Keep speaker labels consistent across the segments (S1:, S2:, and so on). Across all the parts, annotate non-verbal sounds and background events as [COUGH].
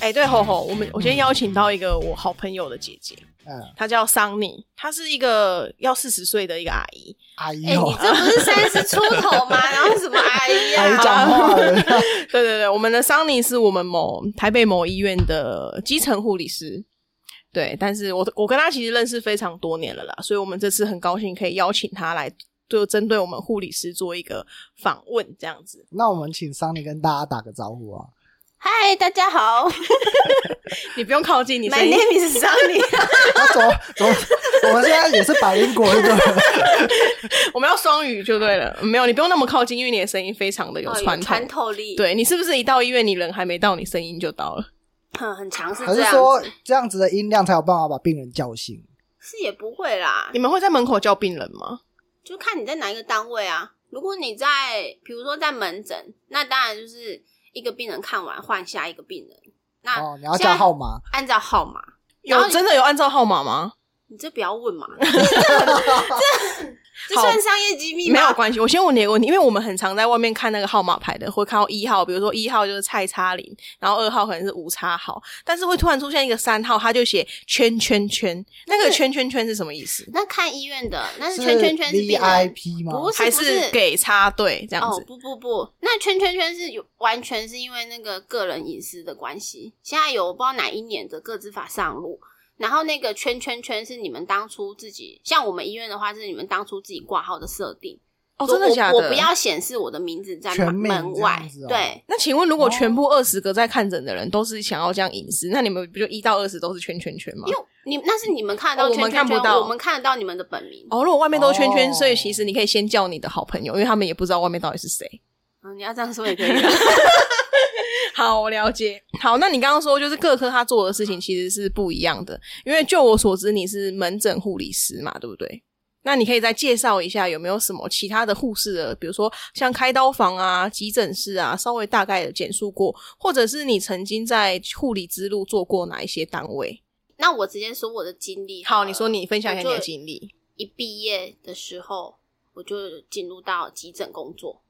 S1: 哎、对，吼吼，我们我今天邀请到一个我好朋友的姐姐，
S2: 嗯，
S1: 她叫桑尼，她是一个要四十岁的一个阿姨，
S2: 阿姨
S3: 哎、你
S2: 哦，
S3: 这不是三十出头吗？然后什么阿姨
S2: 阿姨
S3: 啊？
S2: 讲话了，
S1: 对对对，我们的桑尼是我们某台北某医院的基层护理师。对，但是我我跟他其实认识非常多年了啦，所以我们这次很高兴可以邀请他来，就针对我们护理师做一个访问，这样子。
S2: [LAUGHS] 那我们请桑尼跟大家打个招呼啊。
S3: 嗨，大家好
S1: 你不用靠近，你声
S3: ，My
S1: 音
S3: name is Sunny。
S2: 他怎么怎么？我们现在也是百灵果
S3: [LAUGHS]
S2: 一个，
S1: 我们要双语就对了。嗯没有，你不用那么靠近，因为你的声音非常的有
S3: 哦
S1: 穿透。
S3: 穿透力，，
S1: 对你是不是一到医院，你人还没到，你声音就到了？
S3: 很很长是
S2: 还
S3: 这
S2: 是
S3: 样
S2: 说
S3: 子，
S2: 这样子的音量才有办法把病人叫醒？
S3: 是也不会啦
S1: 你，们会在门口叫病人吗？
S3: 就看你在哪一个单位啊。如果你在，比如说在门诊，那当然就是一个病人看完换下一个病人，那
S2: 哦，你要
S3: 啊现在
S2: 叫号码，
S3: 按照号码，然后
S1: 有
S3: 你
S1: 真的有按照号码吗？
S3: 你这不要问嘛，这很这这
S1: 好
S3: 算商业机密
S1: 没
S3: 吗？
S1: 有关系，我先问你一个问题，因为我们很常在外面看那个号码牌的，会看到一号，比如说一号就是蔡叉零，然后二号可能是吴叉号，但是会突然出现一个三号，他就写圈圈圈，那个圈圈圈是什么意思？
S3: 那看医院的，那是嗯圈圈圈是病人，
S2: VIP 吗？
S3: 不是
S1: 还
S3: 不是
S1: 给插队这样
S3: 哦
S1: 子？
S3: 不不不，那圈圈圈是有完全是因为那个个人隐私的关系。现在有我不知道哪一年的个资法上路，然后那个圈圈圈是你们当初自己，像我们医院的话是你们当初自己挂号的设定。
S1: 哦真的
S3: 说
S1: 假的？
S3: 我？我不。要显示我的名字在
S2: 全
S3: 门
S2: 名
S3: 门
S2: 这
S3: 外
S2: 样，子哦
S3: 对，
S1: 那请问，如果全部二十个在看诊的人都是想要这样隐私，那你们不就一到二十都是圈圈圈吗
S3: 因？为你那是你们看得
S1: 哦
S3: 到
S1: 我
S3: 圈
S1: 们
S3: 圈圈，
S1: 看不到
S3: 我们看得到你们的本名。
S1: 哦，如果外面都是圈圈，
S2: 哦
S1: 所以其实你可以先叫你的好朋友，因为他们也不知道外面到底是谁。
S3: 嗯，你要这样说也可以啦。
S1: 好，我了解。好，那你刚刚说就是各科他做的事情其实是不一样的，因为就我所知你是门诊护理师嘛，对不对？那你可以再介绍一下有没有什么其他的护士的，比如说像开刀房啊、急诊室啊，稍微大概的简述过，或者是你曾经在护理之路做过哪一些单位？
S3: [LAUGHS] 那我直接说我的经历了。
S1: 好，你说你分享一下你
S3: 我
S1: 的
S3: 就
S1: 经历。
S3: 一毕业的时候，我就进入到急诊工作，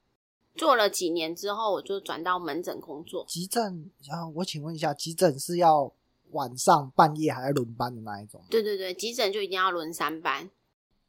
S3: 做了几年之后，我就转到门诊工作。
S2: 急诊，然后我请问一下，急诊是要晚上半夜还在轮班的那一种吗？
S3: 对对对，急诊就一定要轮三班。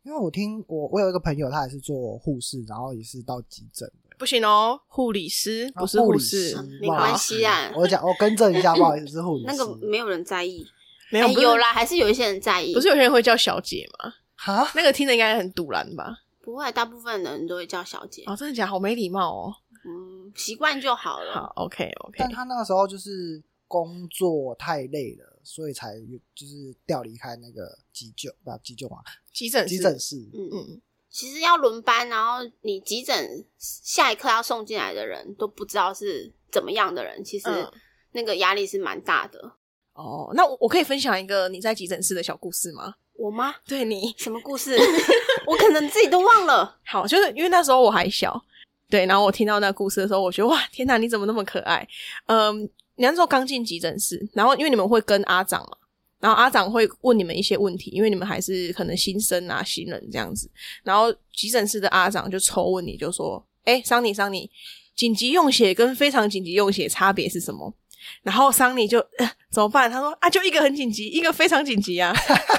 S2: 因为我听我我有一个朋友，他也是做护士，然后也是到急诊的，
S1: 不行哦，护理师不是
S2: 啊护
S1: 护
S2: 理
S1: 士
S2: 师，
S3: 没
S2: 哇
S3: 关系啊
S2: 我讲我更正一下，不好意思，是护理师。
S3: 那个没有人在意，
S1: 没有
S3: 哎
S1: 不是
S3: 有啦，还是有一些人在意。
S1: 不是有些人会叫小姐吗？
S2: 哈，
S1: 那个听着应该很堵然吧？
S3: 不会，大部分人都会叫小姐，
S1: 哦，真的假的好没礼貌哦。
S3: 嗯，习惯就好了。
S1: 好，OK OK，
S2: 但他那个时候就是工作太累了，所以才就是调离开那个急救，不急救嘛，
S1: 急诊室
S2: 急诊室。
S3: 嗯嗯，
S1: 嗯，
S3: 其实要轮班，然后你急诊下一刻要送进来的人都不知道是怎么样的人，其实
S1: 嗯
S3: 那个压力是蛮大的。
S1: 哦，那我我可以分享一个你在急诊室的小故事吗？
S3: 我吗？
S1: 对你，
S3: 什么故事？ [LAUGHS] 我可能自己都忘了。
S1: 好，就是因为那时候我还小，对，然后我听到那故事的时候，我觉得哇，天哪，你怎么那么可爱？嗯，你那时候刚进急诊室，然后因为你们会跟阿长嘛。然后阿长会问你们一些问题，因为你们还是可能新生啊、新人这样子。然后急诊室的阿长就抽问你，就说：“哎，桑尼，桑尼，紧急用血跟非常紧急用血差别是什么？”然后桑尼就、呃、怎么办？他说：“啊，就一个很紧急，一个非常紧急啊。 [LAUGHS]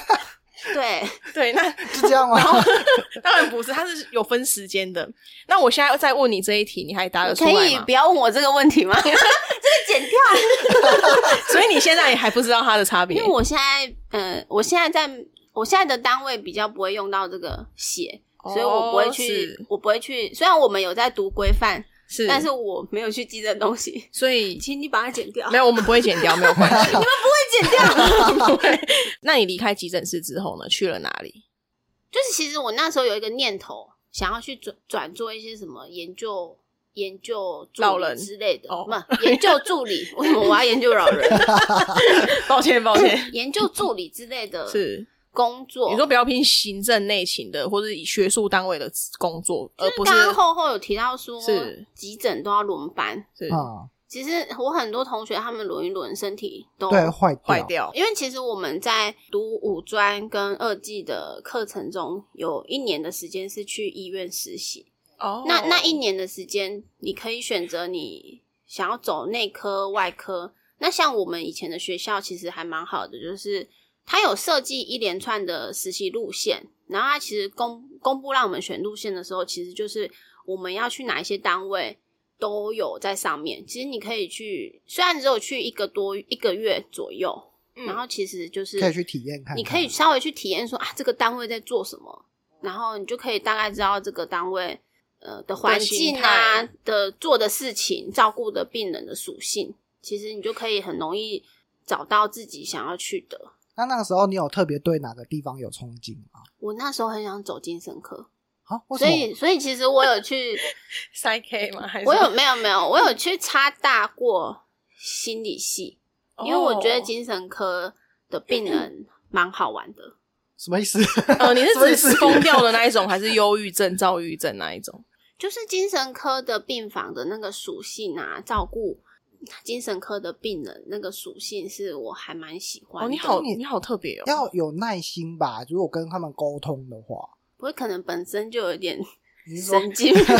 S3: 对，”
S1: 对，那
S2: 是这样吗？
S1: [LAUGHS] 当然不是，它是有分时间的。那我现在再问你这一题，你还答得
S3: 你
S1: 出
S3: 可
S1: 来
S3: 以
S1: 吗
S3: 不？要问我这个问题吗？ [LAUGHS] 这个剪掉，
S1: [LAUGHS]
S3: 啊
S1: 所以你现在也还不知道它的差别
S3: [LAUGHS] 因为我现在，呃，我现在在我现在的单位比较不会用到这个血，所以我不会去
S1: 哦是，
S3: 我不会去。虽然我们有在读规范，
S1: 是，
S3: 但是我没有去记这东西， [LAUGHS]
S1: 所以
S3: 请你把它剪掉。
S1: 没有，我们不会剪掉，没有关
S3: [LAUGHS]
S1: 系。
S3: 会剪掉。
S1: [LAUGHS] 那你离开急诊室之后呢？去了哪里？
S3: 就是其实我那时候有一个念头，想要去转转做一些什么研究。研究助
S1: 老
S3: 理
S1: 人
S3: 之类的，
S1: 哦
S3: 不、研究助理， [LAUGHS] 为什么我要研究老
S1: [LAUGHS]
S3: 人？
S1: 抱歉，抱歉，
S3: 研究助理之类的
S1: [LAUGHS] 是
S3: 工作。
S1: 你说不要拼行政内勤的，或者以学术单位的工作，而
S3: 就是
S1: 不
S3: 刚刚后后有提到说
S1: 是，
S3: 急诊都要轮班。
S1: 是
S2: [LAUGHS] 啊，
S3: 其实我很多同学他们轮一轮，身体都
S2: 对，坏
S1: 坏掉。
S3: 因为其实我们在读五专跟二技的课程中，有一年的时间是去医院实习。
S1: 哦
S3: 那那一年的时间，你可以选择你想要走内科、外科，那像我们以前的学校其实还蛮好的，就是它有设计一连串的实习路线，然后它其实公公布让我们选路线的时候，其实就是我们要去哪一些单位都有在上面。其实你可以去，虽然只有去一个多一个月左右，
S1: 嗯
S3: 然后其实就是
S2: 可以去体验看看
S3: 你可以稍微去体验说啊，这个单位在做什么，然后你就可以大概知道这个单位呃的环境啊
S1: 形态
S3: 的做的事情、照顾的病人的属性，其实你就可以很容易找到自己想要去的。
S2: 那那个时候你有特别对哪个地方有憧憬吗？
S3: 我那时候很想走精神科，
S2: 啊，为什
S3: 所
S2: 么？
S3: 以所以其实我有去，
S1: 塞 K 吗？还是
S3: 我有 [LAUGHS] 没有没有，我有去插大过心理系，因为我觉
S1: 哦
S3: 得精神科的病人蛮好玩的。
S2: 什么意思？
S1: [LAUGHS] 哦，你
S2: [LAUGHS] 什么意
S1: 是
S2: 思
S1: 指疯掉的那一种，还是忧郁症、躁郁症那一种？
S3: 就是精神科的病房的那个属性啊，照顾精神科的病人那个属性是我还蛮喜欢的。
S1: 哦，你好，
S2: 你
S1: 你好特别哦。
S2: 要有耐心吧。如果跟他们沟通的话，
S3: 我可能本身就有点
S2: 你是说
S3: 神经 [LAUGHS] 方面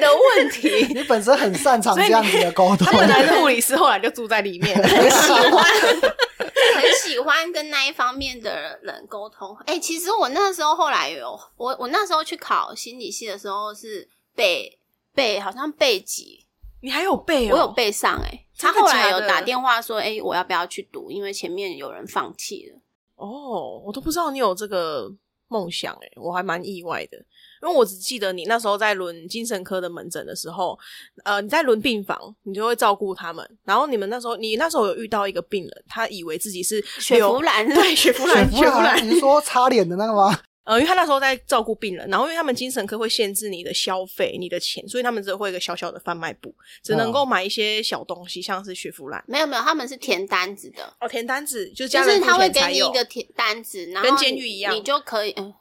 S3: 的问题，
S2: 你本身很擅长
S1: 所以你
S2: 这样子的沟通
S1: 他，本来
S2: [LAUGHS]
S1: 是护理师，后来就住在里面。
S3: 很喜欢跟那一方面的人沟通。哎、其实我那时候后来有我我那时候去考心理系的时候是被被好像被挤，
S1: 你还有背哦？
S3: 我有背上哎、他
S1: 真的
S3: 后来
S1: 假
S3: 有
S1: 的
S3: 打电话说，哎、我要不要去读？因为前面有人放弃了。
S1: 哦，我都不知道你有这个梦想诶、我还蛮意外的，因为我只记得你那时候在轮精神科的门诊的时候，呃，你在轮病房，你就会照顾他们，然后你们那时候，你那时候有遇到一个病人，他以为自己是
S3: 雪
S1: 流
S3: 佛兰
S1: 对，雪佛兰，
S2: 不
S1: 佛
S2: 然
S1: 兰。
S2: 啊你是说擦脸的那个吗？
S1: 呃，因为他那时候在照顾病人，然后因为他们精神科会限制你的消费、你的钱，所以他们只会有一个小小的贩卖部，只能够买一些小东西，像是雪佛兰
S3: 没有没有，他们是填单子的，
S1: 哦，填单子，就是
S3: 就
S1: 家
S3: 是
S1: 人
S3: 他会
S1: 付钱
S3: 给
S1: 才
S3: 你
S1: 有
S3: 一个填单子，然后
S1: 跟监狱一样
S3: 你就可以，嗯，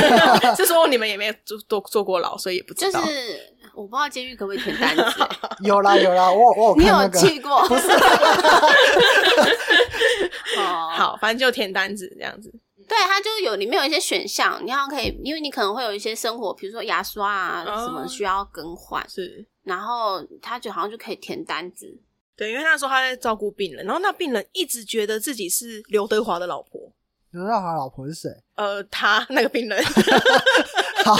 S1: [LAUGHS] 是说你们也没有做做做过牢，所以也不
S3: 就
S1: 知道。
S3: 是我不知道监狱可不可以填单子、
S1: [LAUGHS]
S3: 欸
S2: 有啦有啦，我我有
S3: 你
S2: 看那
S3: 有
S2: 个，
S3: 去过？
S2: 不是
S3: [LAUGHS] 哦，
S1: [LAUGHS] 好，反正就填单子这样子。
S3: 对，它就有里面有一些选项，你好像可以，因为你可能会有一些生活，比如说牙刷啊、
S1: 哦
S3: 什么需要更换，
S1: 是
S3: 然后他就好像就可以填单子。
S1: 对，因为那时候他在照顾病人，然后那病人一直觉得自己是刘德华的老婆。
S2: 你知道他老婆是谁？
S1: 呃，他那个 [LAUGHS] 病人，
S2: 好，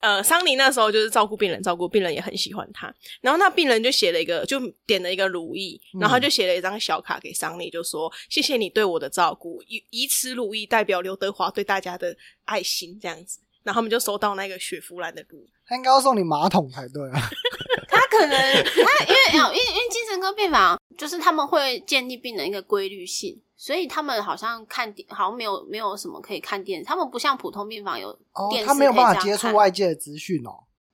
S1: 呃，桑尼那时候就是照顾病人，照顾病人也很喜欢他。然后那病人就写了一个，就点了一个如意，
S2: 嗯
S1: 然后他就写了一张小卡给桑尼，就说：“谢谢你对我的照顾，以以此如意代表刘德华对大家的爱心。”这样子，然后他们就收到那个雪佛兰的如意。
S2: 他应该要送你马桶才对啊。
S3: 他可能
S2: [LAUGHS]
S3: 他因为哦因为因为精神科病房就是他们会建立病人一个规律性，所以他们好像看电好像没有没有什么可以看电视，他们不像普通病房有
S2: 哦
S3: 电视、，
S2: 他没有办法接触，外界的资讯哦。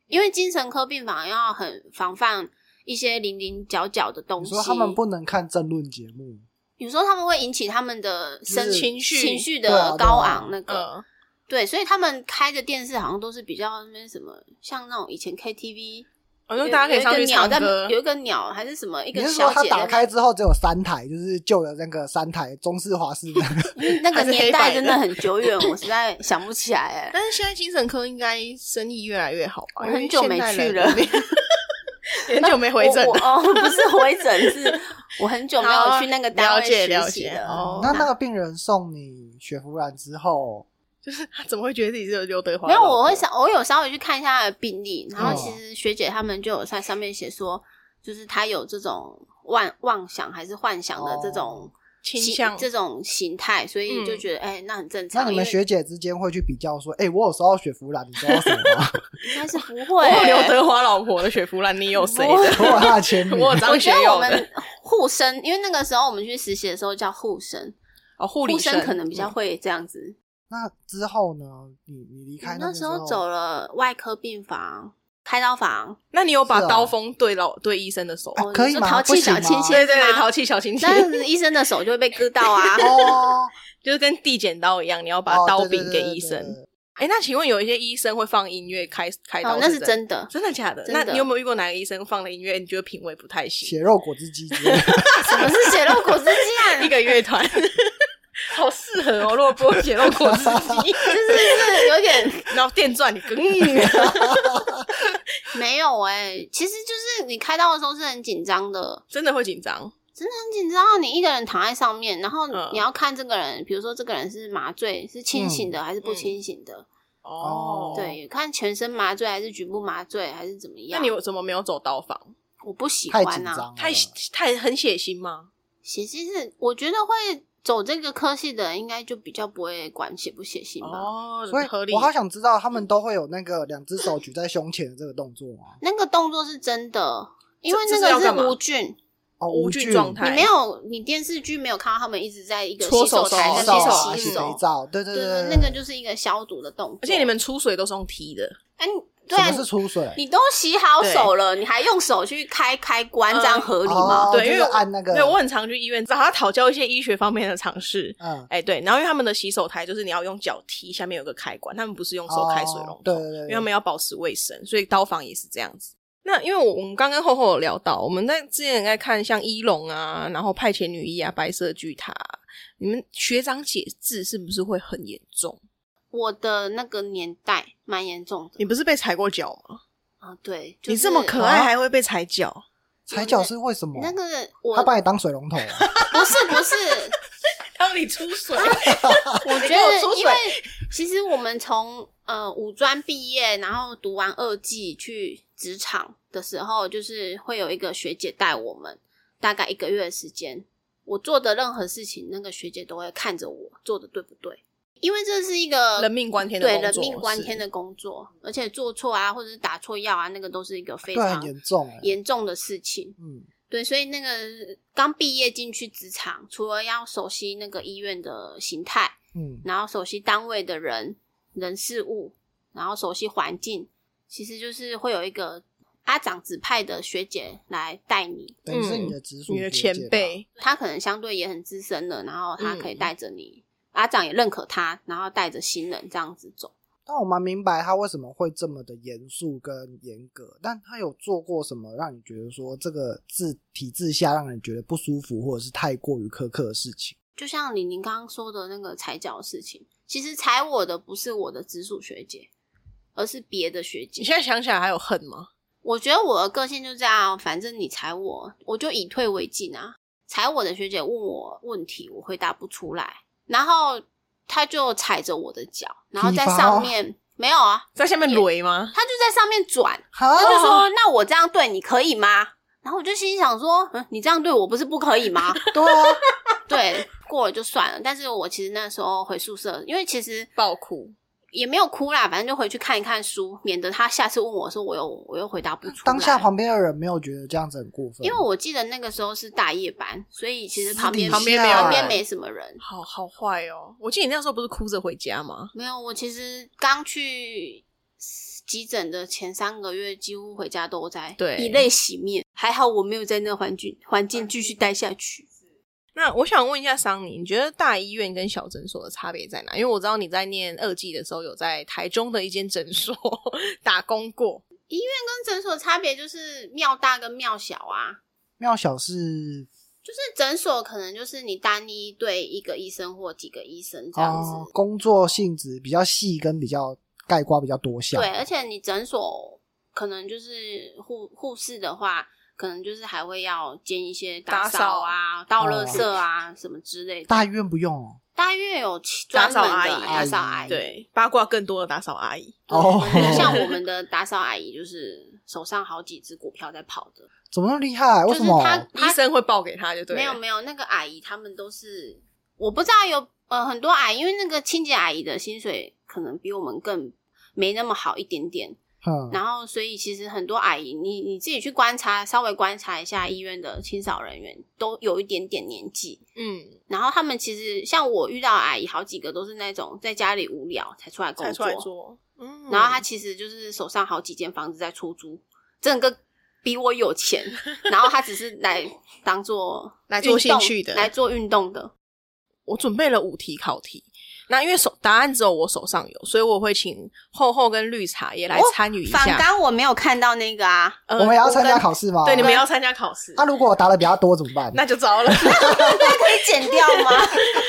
S3: 因为精神科病房要很防范一些零零角角的东
S2: 你
S3: 西。
S2: 说他们不，能看政论节目，
S3: 有时候他们会引起他们的身
S2: 就是
S1: 情绪
S3: 情绪
S2: 对啊对啊
S3: 的高昂那个
S1: 呃，
S3: 对，所以他们开的电视好像都是比较那边什么，像那种以前 KTV。
S1: 我
S3: 有
S1: 就大家可以上
S3: 有
S1: 去
S3: 一个鸟
S1: 唱
S3: 在
S1: 歌，
S3: 有一个鸟还是什么一
S2: 你
S3: 个
S2: 是
S3: 小
S2: 说他
S3: 姐在那
S2: 打
S3: 边
S2: 开之后只有三台，就是旧的那个三台中式、华式的？
S3: 那个
S1: 还是
S3: 年
S1: 黑白
S3: 代
S1: 的
S3: 真的很久远，我实在想不起来哎。
S1: 但是现在精神科应该生意越来越好吧？
S3: 我
S1: 因为
S3: 很久没
S1: 现代
S3: 去
S1: 人
S3: 了
S1: 没 [LAUGHS] [LAUGHS] 很久没回诊 [LAUGHS]
S3: 我我
S1: 了。啊
S3: 哦，不是回诊，是我很久没有去那个单位
S1: 了解
S3: 学
S1: 了
S3: 习
S1: 解
S3: 了。
S1: 哦
S2: 那那个病人送你雪佛兰之后，
S1: 他怎么会觉得自己是刘德华？
S3: 没有，我会稍我有稍微去看一下他的病历，然后
S2: 哦
S3: 其实学姐他们就有在上面写说，就是他有这种妄妄想还是幻想的这种
S2: 哦
S1: 倾
S3: 形
S1: 向
S3: 这种形态，所以
S1: 嗯
S3: 就觉得哎，那很正
S2: 那
S3: 常。
S2: 你
S3: 因
S2: 们
S3: 为
S2: 学姐之间会去比较说，哎、我有收到雪佛兰，你收到什么吗？ [LAUGHS]
S3: 应该是不
S1: 我
S3: 会
S1: 哦有刘德华老婆的雪佛兰，你有谁的？
S2: 我有他的签名。
S1: [LAUGHS] 我有
S3: 我
S1: 张学
S3: 觉得我
S1: 友的
S3: 们护生，因为那个时候我们去实习的时候叫护生，
S1: 哦，护理
S3: 护生可能比较会这样子。
S2: 那之后呢？你你离开
S3: 我
S2: 那
S3: 那
S2: 个
S3: 时
S2: 时
S3: 候
S2: 候
S3: 走了外科病房、开刀房，
S1: 那你有把
S2: 是哦
S1: 刀锋对老对医生的手？
S2: 啊
S3: 哦
S2: 可
S3: 你
S2: 以
S3: 说
S2: 吗？
S3: 淘
S2: 不
S3: 气
S2: 行
S3: 小
S2: 吗？。
S3: 亲戚
S1: 对对对，
S3: 吗
S1: 淘气小亲戚
S3: 这，样子医生的手就会被割到啊
S2: [LAUGHS] 哦，
S1: 就是跟递剪刀一样，你要把
S2: 哦
S1: 刀
S2: 对对
S1: 柄
S2: 对
S1: 给
S2: 对
S1: 医
S2: 对
S1: 生。
S2: 对
S1: 哎，那请问有一些医生会放音乐开开刀
S3: 哦
S1: 是，
S3: 那是
S1: 真的
S3: 真的，
S1: 真的假的？
S3: 真
S1: 那
S3: 的
S1: 你有没有遇过哪个医生放的音乐，你觉得品味不太行？
S2: 血肉果汁机之类的
S3: 什么是血肉果
S2: [LAUGHS]
S3: 汁机啊？
S1: 一个乐团， [LAUGHS] 好适合哦，落波血肉果汁 [LAUGHS] 机，
S3: 就是有点
S1: [LAUGHS] 然后电钻你跟，
S3: 没有哎、其实就是你开刀的时候是很紧张的，
S1: 真的会紧张。
S3: 真的很紧张啊。你一个人躺在上面，然后
S1: 嗯
S3: 你要看这个人，比如说这个人是麻醉是清醒的还
S1: 嗯
S3: 是不清醒的，
S2: 嗯哦
S3: 对，看全身麻醉还是局部麻醉还是怎么
S1: 那
S3: 样。
S1: 你怎么没有走刀房？
S3: 我不喜
S2: 太紧
S3: 欢
S2: 张
S3: 啊，
S2: 了，
S1: 太太很血腥吗？
S3: 写信是我觉得会走这个科系的人，应该就比较不会管写不写信吧。
S1: 哦
S2: 所以
S1: 合理。
S2: 我好想知道他们都会有那个两只手举在胸前的这个动作吗？
S3: 那个动作是真的，因为
S1: 这
S3: 那
S1: 这是要
S3: 个
S1: 干嘛
S3: 是无菌，
S2: 哦，
S1: 无
S2: 无
S1: 菌
S2: 菌
S1: 状态
S3: 你没有，你电视剧没有看到他们一直在一个
S1: 搓
S3: 洗手
S1: 手
S3: 台
S2: 洗
S1: 手
S3: 那
S2: 手
S1: 手
S2: 啊，
S3: 边
S2: 洗
S3: 洗
S1: 手
S2: 肥
S3: 手，
S2: 皂，对对
S3: 对对，
S2: 对，
S3: 那个就是一个消毒的动作。
S1: 而且你们出水都是用踢的，
S3: 哎，你对
S2: 什
S3: 啊
S2: 么，是出水？
S3: 你都洗好手了，你还用手去开开
S1: 嗯
S3: 关，这样合理吗？
S2: 哦
S1: 对
S2: 就
S1: 因
S2: 是
S1: 为我
S2: 按那个，
S1: 对我很常去医院找他讨教一些医学方面的常识。
S2: 嗯，
S1: 哎、对，然后因为他们的洗手台就是你要用脚踢，下面有个开关，他们不是用手开水龙头，
S2: 哦对对对
S1: 因为他们要保持卫生，所以刀房也是这样子。那因为我我们刚刚厚厚有聊到，我们在之前在看像一龙啊，然后派遣女医啊，白色巨塔啊、你们学长解字是不是会很严重？
S3: 我的那个年代蛮严重的
S1: 你不是被踩过脚吗？
S3: 啊，对，就是
S1: 你这么可爱
S2: 啊
S1: 还会被踩脚？ [LAUGHS]
S2: 踩脚是为什么？
S3: 那个我
S2: 他把你当水龙头啊，
S3: 不是不是，
S1: 让你出 [LAUGHS] 水，
S3: 我觉
S1: 给我出水
S3: 得，因为其实我们从呃五专毕业，然后读完二技去职场的时候，就是会有一个学姐带我们，大概一个月的时间，我做的任何事情，那个学姐都会看着我做的对不对，因为这是一个
S1: 人命关天的
S3: 对
S1: 工作
S3: 人命关天的工作，而且做错啊，或者是打错药啊，那个都是一个非
S2: 对，很
S3: 常
S2: 严重欸。
S3: 严重的事情。
S2: 嗯，
S3: 对，所以那个刚毕业进去职场，除了要熟悉那个医院的形态，
S2: 嗯，
S3: 然后熟悉单位的人、人事物，然后熟悉环境，其实就是会有一个阿长指派的学姐来带你，
S2: 等于是你的直属
S1: 嗯你的
S2: 学
S1: 前
S2: 姐吧
S1: 辈，
S3: 她可能相对也很资深了，然后她可以带着你，阿长也认可她，然后带着新人这样子走。
S2: 但我蛮明白他为什么会这么的严肃跟严格，但他有做过什么让你觉得说这个制体制下让人觉得不舒服，或者是太过于苛刻的事情？
S3: 就像李宁刚刚说的那个踩脚的事情，其实踩我的不是我的直属学姐，而是别的学姐
S1: 你。现在想起来还有恨吗？
S3: 我觉得我的个性就这样，反正你踩我，我就以退为进啊。踩我的学姐问我问题，我回答不出来，然后她就踩着我的脚，然后在上面没有啊，
S1: 在下面雷吗？
S3: 她就在上面转，
S2: 哈
S3: 她啊就
S2: 哦
S3: 说：“那我这样对你可以吗？”然后我就心想说：“嗯，你这样对我不是不可以吗？” [LAUGHS]
S2: 对啊，
S3: 对，过了就算了。但是我其实那时候回宿舍，因为其实
S1: 爆哭，
S3: 也没有哭啦，反正就回去看一看书，免得他下次问我说我又我又回答不出来。
S2: 当下旁边的人没有觉得这样子很过分，
S3: 因为我记得那个时候是大夜班，所以其实旁边
S1: 私底下
S3: 旁边没什么人。
S1: 好好坏哦！我记得你那时候不是哭着回家吗？
S3: 没有，我其实刚去急诊的前三个月，几乎回家都在
S1: 对
S3: 以泪洗面。还好我没有在那环境环境继续待下去。
S1: 那我想问一下桑尼，你觉得大医院跟小诊所的差别在哪？因为我知道你在念二技的时候，有在台中的一间诊所 [LAUGHS] 打工过。
S3: 跟诊所的差别就是庙大跟庙小啊，
S2: 妙小是
S3: 就是诊所可能就是你单一对一个医生或几个医生这样子。
S2: 啊、工作性质比较细，跟比较概括比较多项，
S3: 对，而且你诊所可能就是护护士的话，可能就是还会要兼一些
S1: 打
S3: 打
S1: 扫
S3: 扫啊、倒垃
S2: 哦
S3: 圾啊、什么之类的。
S2: 大医院不用哦，
S3: 大约有其
S1: 打
S3: 专
S1: 扫
S3: 门
S1: 阿
S3: 的
S1: 姨
S3: 打扫阿
S2: 阿姨
S3: 姨，
S1: 对，嗯八卦更多的打扫阿姨，
S3: 对
S2: 哦
S3: 我们像我们的打扫阿姨就是手上好几只股票在跑的，
S2: 怎么那么厉害？为
S3: 就
S2: 什
S3: 是
S2: 么？哦
S3: 她
S1: 医
S3: 她
S1: 生会报给他就对了。
S3: 没有没有那个阿姨，他们都是我不知道有呃很多阿姨，因为那个清洁阿姨的薪水可能比我们更没那么好一点点，
S2: 嗯，
S3: 然后，所以其实很多阿姨，你你自己去观察，稍微观察一下医院的清扫人员，都有一点点年纪。
S1: 嗯，
S3: 然后他们其实像我遇到的阿姨，好几个都是那种在家里无聊才出来工
S1: 才出
S3: 作，
S1: 来做。嗯，
S3: 然后他其实就是手上好几间房子在出租，整个比我有钱，
S1: [LAUGHS]
S3: 然后他只是来当做
S1: 来做
S3: 运动
S1: 兴趣的
S3: 来做运动的。
S1: 我准备了五题考题。那因为手答案只有我手上有，所以我会请厚厚跟绿茶也来
S3: 哦
S1: 参与一下。
S3: 反刚我没有看到那个啊，
S1: 呃
S2: 我们也要参加
S1: 跟
S2: 考试吗？啊
S1: 对，你们也要参加考试
S2: 那、，如果我答的比较多怎么办？
S1: 那就糟
S2: [LAUGHS]
S1: 了。
S3: 可以剪掉吗？